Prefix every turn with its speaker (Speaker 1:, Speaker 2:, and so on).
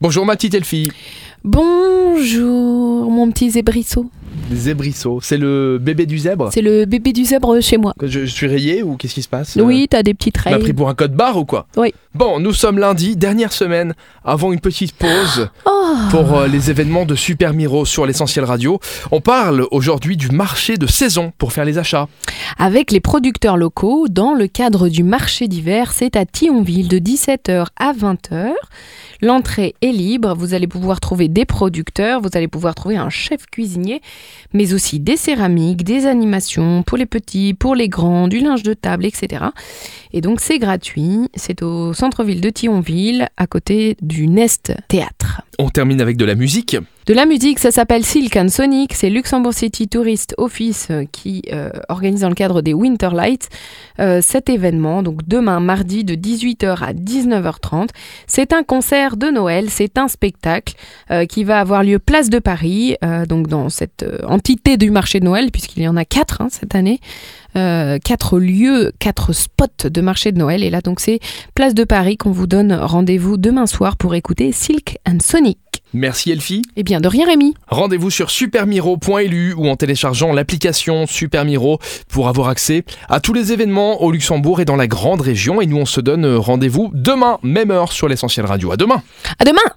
Speaker 1: Bonjour ma petite Elfie.
Speaker 2: Bonjour, mon petit zébrisseau.
Speaker 1: Zébrisseau, c'est le bébé du zèbre
Speaker 2: C'est le bébé du zèbre chez moi.
Speaker 1: je, je suis rayé ou qu'est-ce qui se passe
Speaker 2: Oui, t'as des petites
Speaker 1: On m'a
Speaker 2: règles.
Speaker 1: pris pour un code barre ou quoi
Speaker 2: Oui.
Speaker 1: Bon, nous sommes lundi, dernière semaine, avant une petite pause
Speaker 2: Oh,
Speaker 1: pour euh, les événements de Super Miro sur l'essentiel radio. On parle aujourd'hui du marché de saison pour faire les achats.
Speaker 2: Avec les producteurs locaux, dans le cadre du marché d'hiver, c'est à Thionville de 17h à 20h. L'entrée est libre, vous allez pouvoir trouver des producteurs, vous allez pouvoir trouver un chef cuisinier, mais aussi des céramiques, des animations pour les petits, pour les grands, du linge de table, etc. Et donc c'est gratuit, c'est au centre-ville de Thionville, à côté du Nest Théâtre.
Speaker 1: On termine avec de la musique.
Speaker 2: De la musique, ça s'appelle Silk and Sonic, c'est Luxembourg City Tourist Office euh, qui euh, organise dans le cadre des Winter Lights euh, cet événement. Donc demain, mardi, de 18h à 19h30. C'est un concert de Noël, c'est un spectacle euh, qui va avoir lieu place de Paris, euh, donc dans cette euh, entité du marché de Noël, puisqu'il y en a quatre hein, cette année. Euh, quatre lieux, quatre spots de marché de Noël. Et là, donc, c'est Place de Paris qu'on vous donne rendez-vous demain soir pour écouter Silk and Sonic.
Speaker 1: Merci Elfie.
Speaker 2: Eh bien, de rien, Rémi.
Speaker 1: Rendez-vous sur supermiro.lu ou en téléchargeant l'application Super Miro pour avoir accès à tous les événements au Luxembourg et euh, dans la grande région. Et nous, on se donne rendez-vous demain, même heure sur l'essentiel radio. À demain
Speaker 2: À demain